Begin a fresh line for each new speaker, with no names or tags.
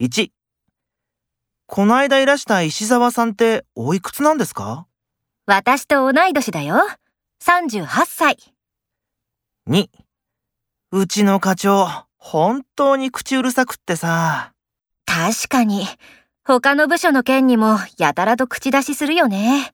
1この間いらした石沢さんっておいくつなんですか
私と同い年だよ。38歳。
2うちの課長本当に口うるさくってさ
確かに、他の部署の件にもやたらと口出しするよね。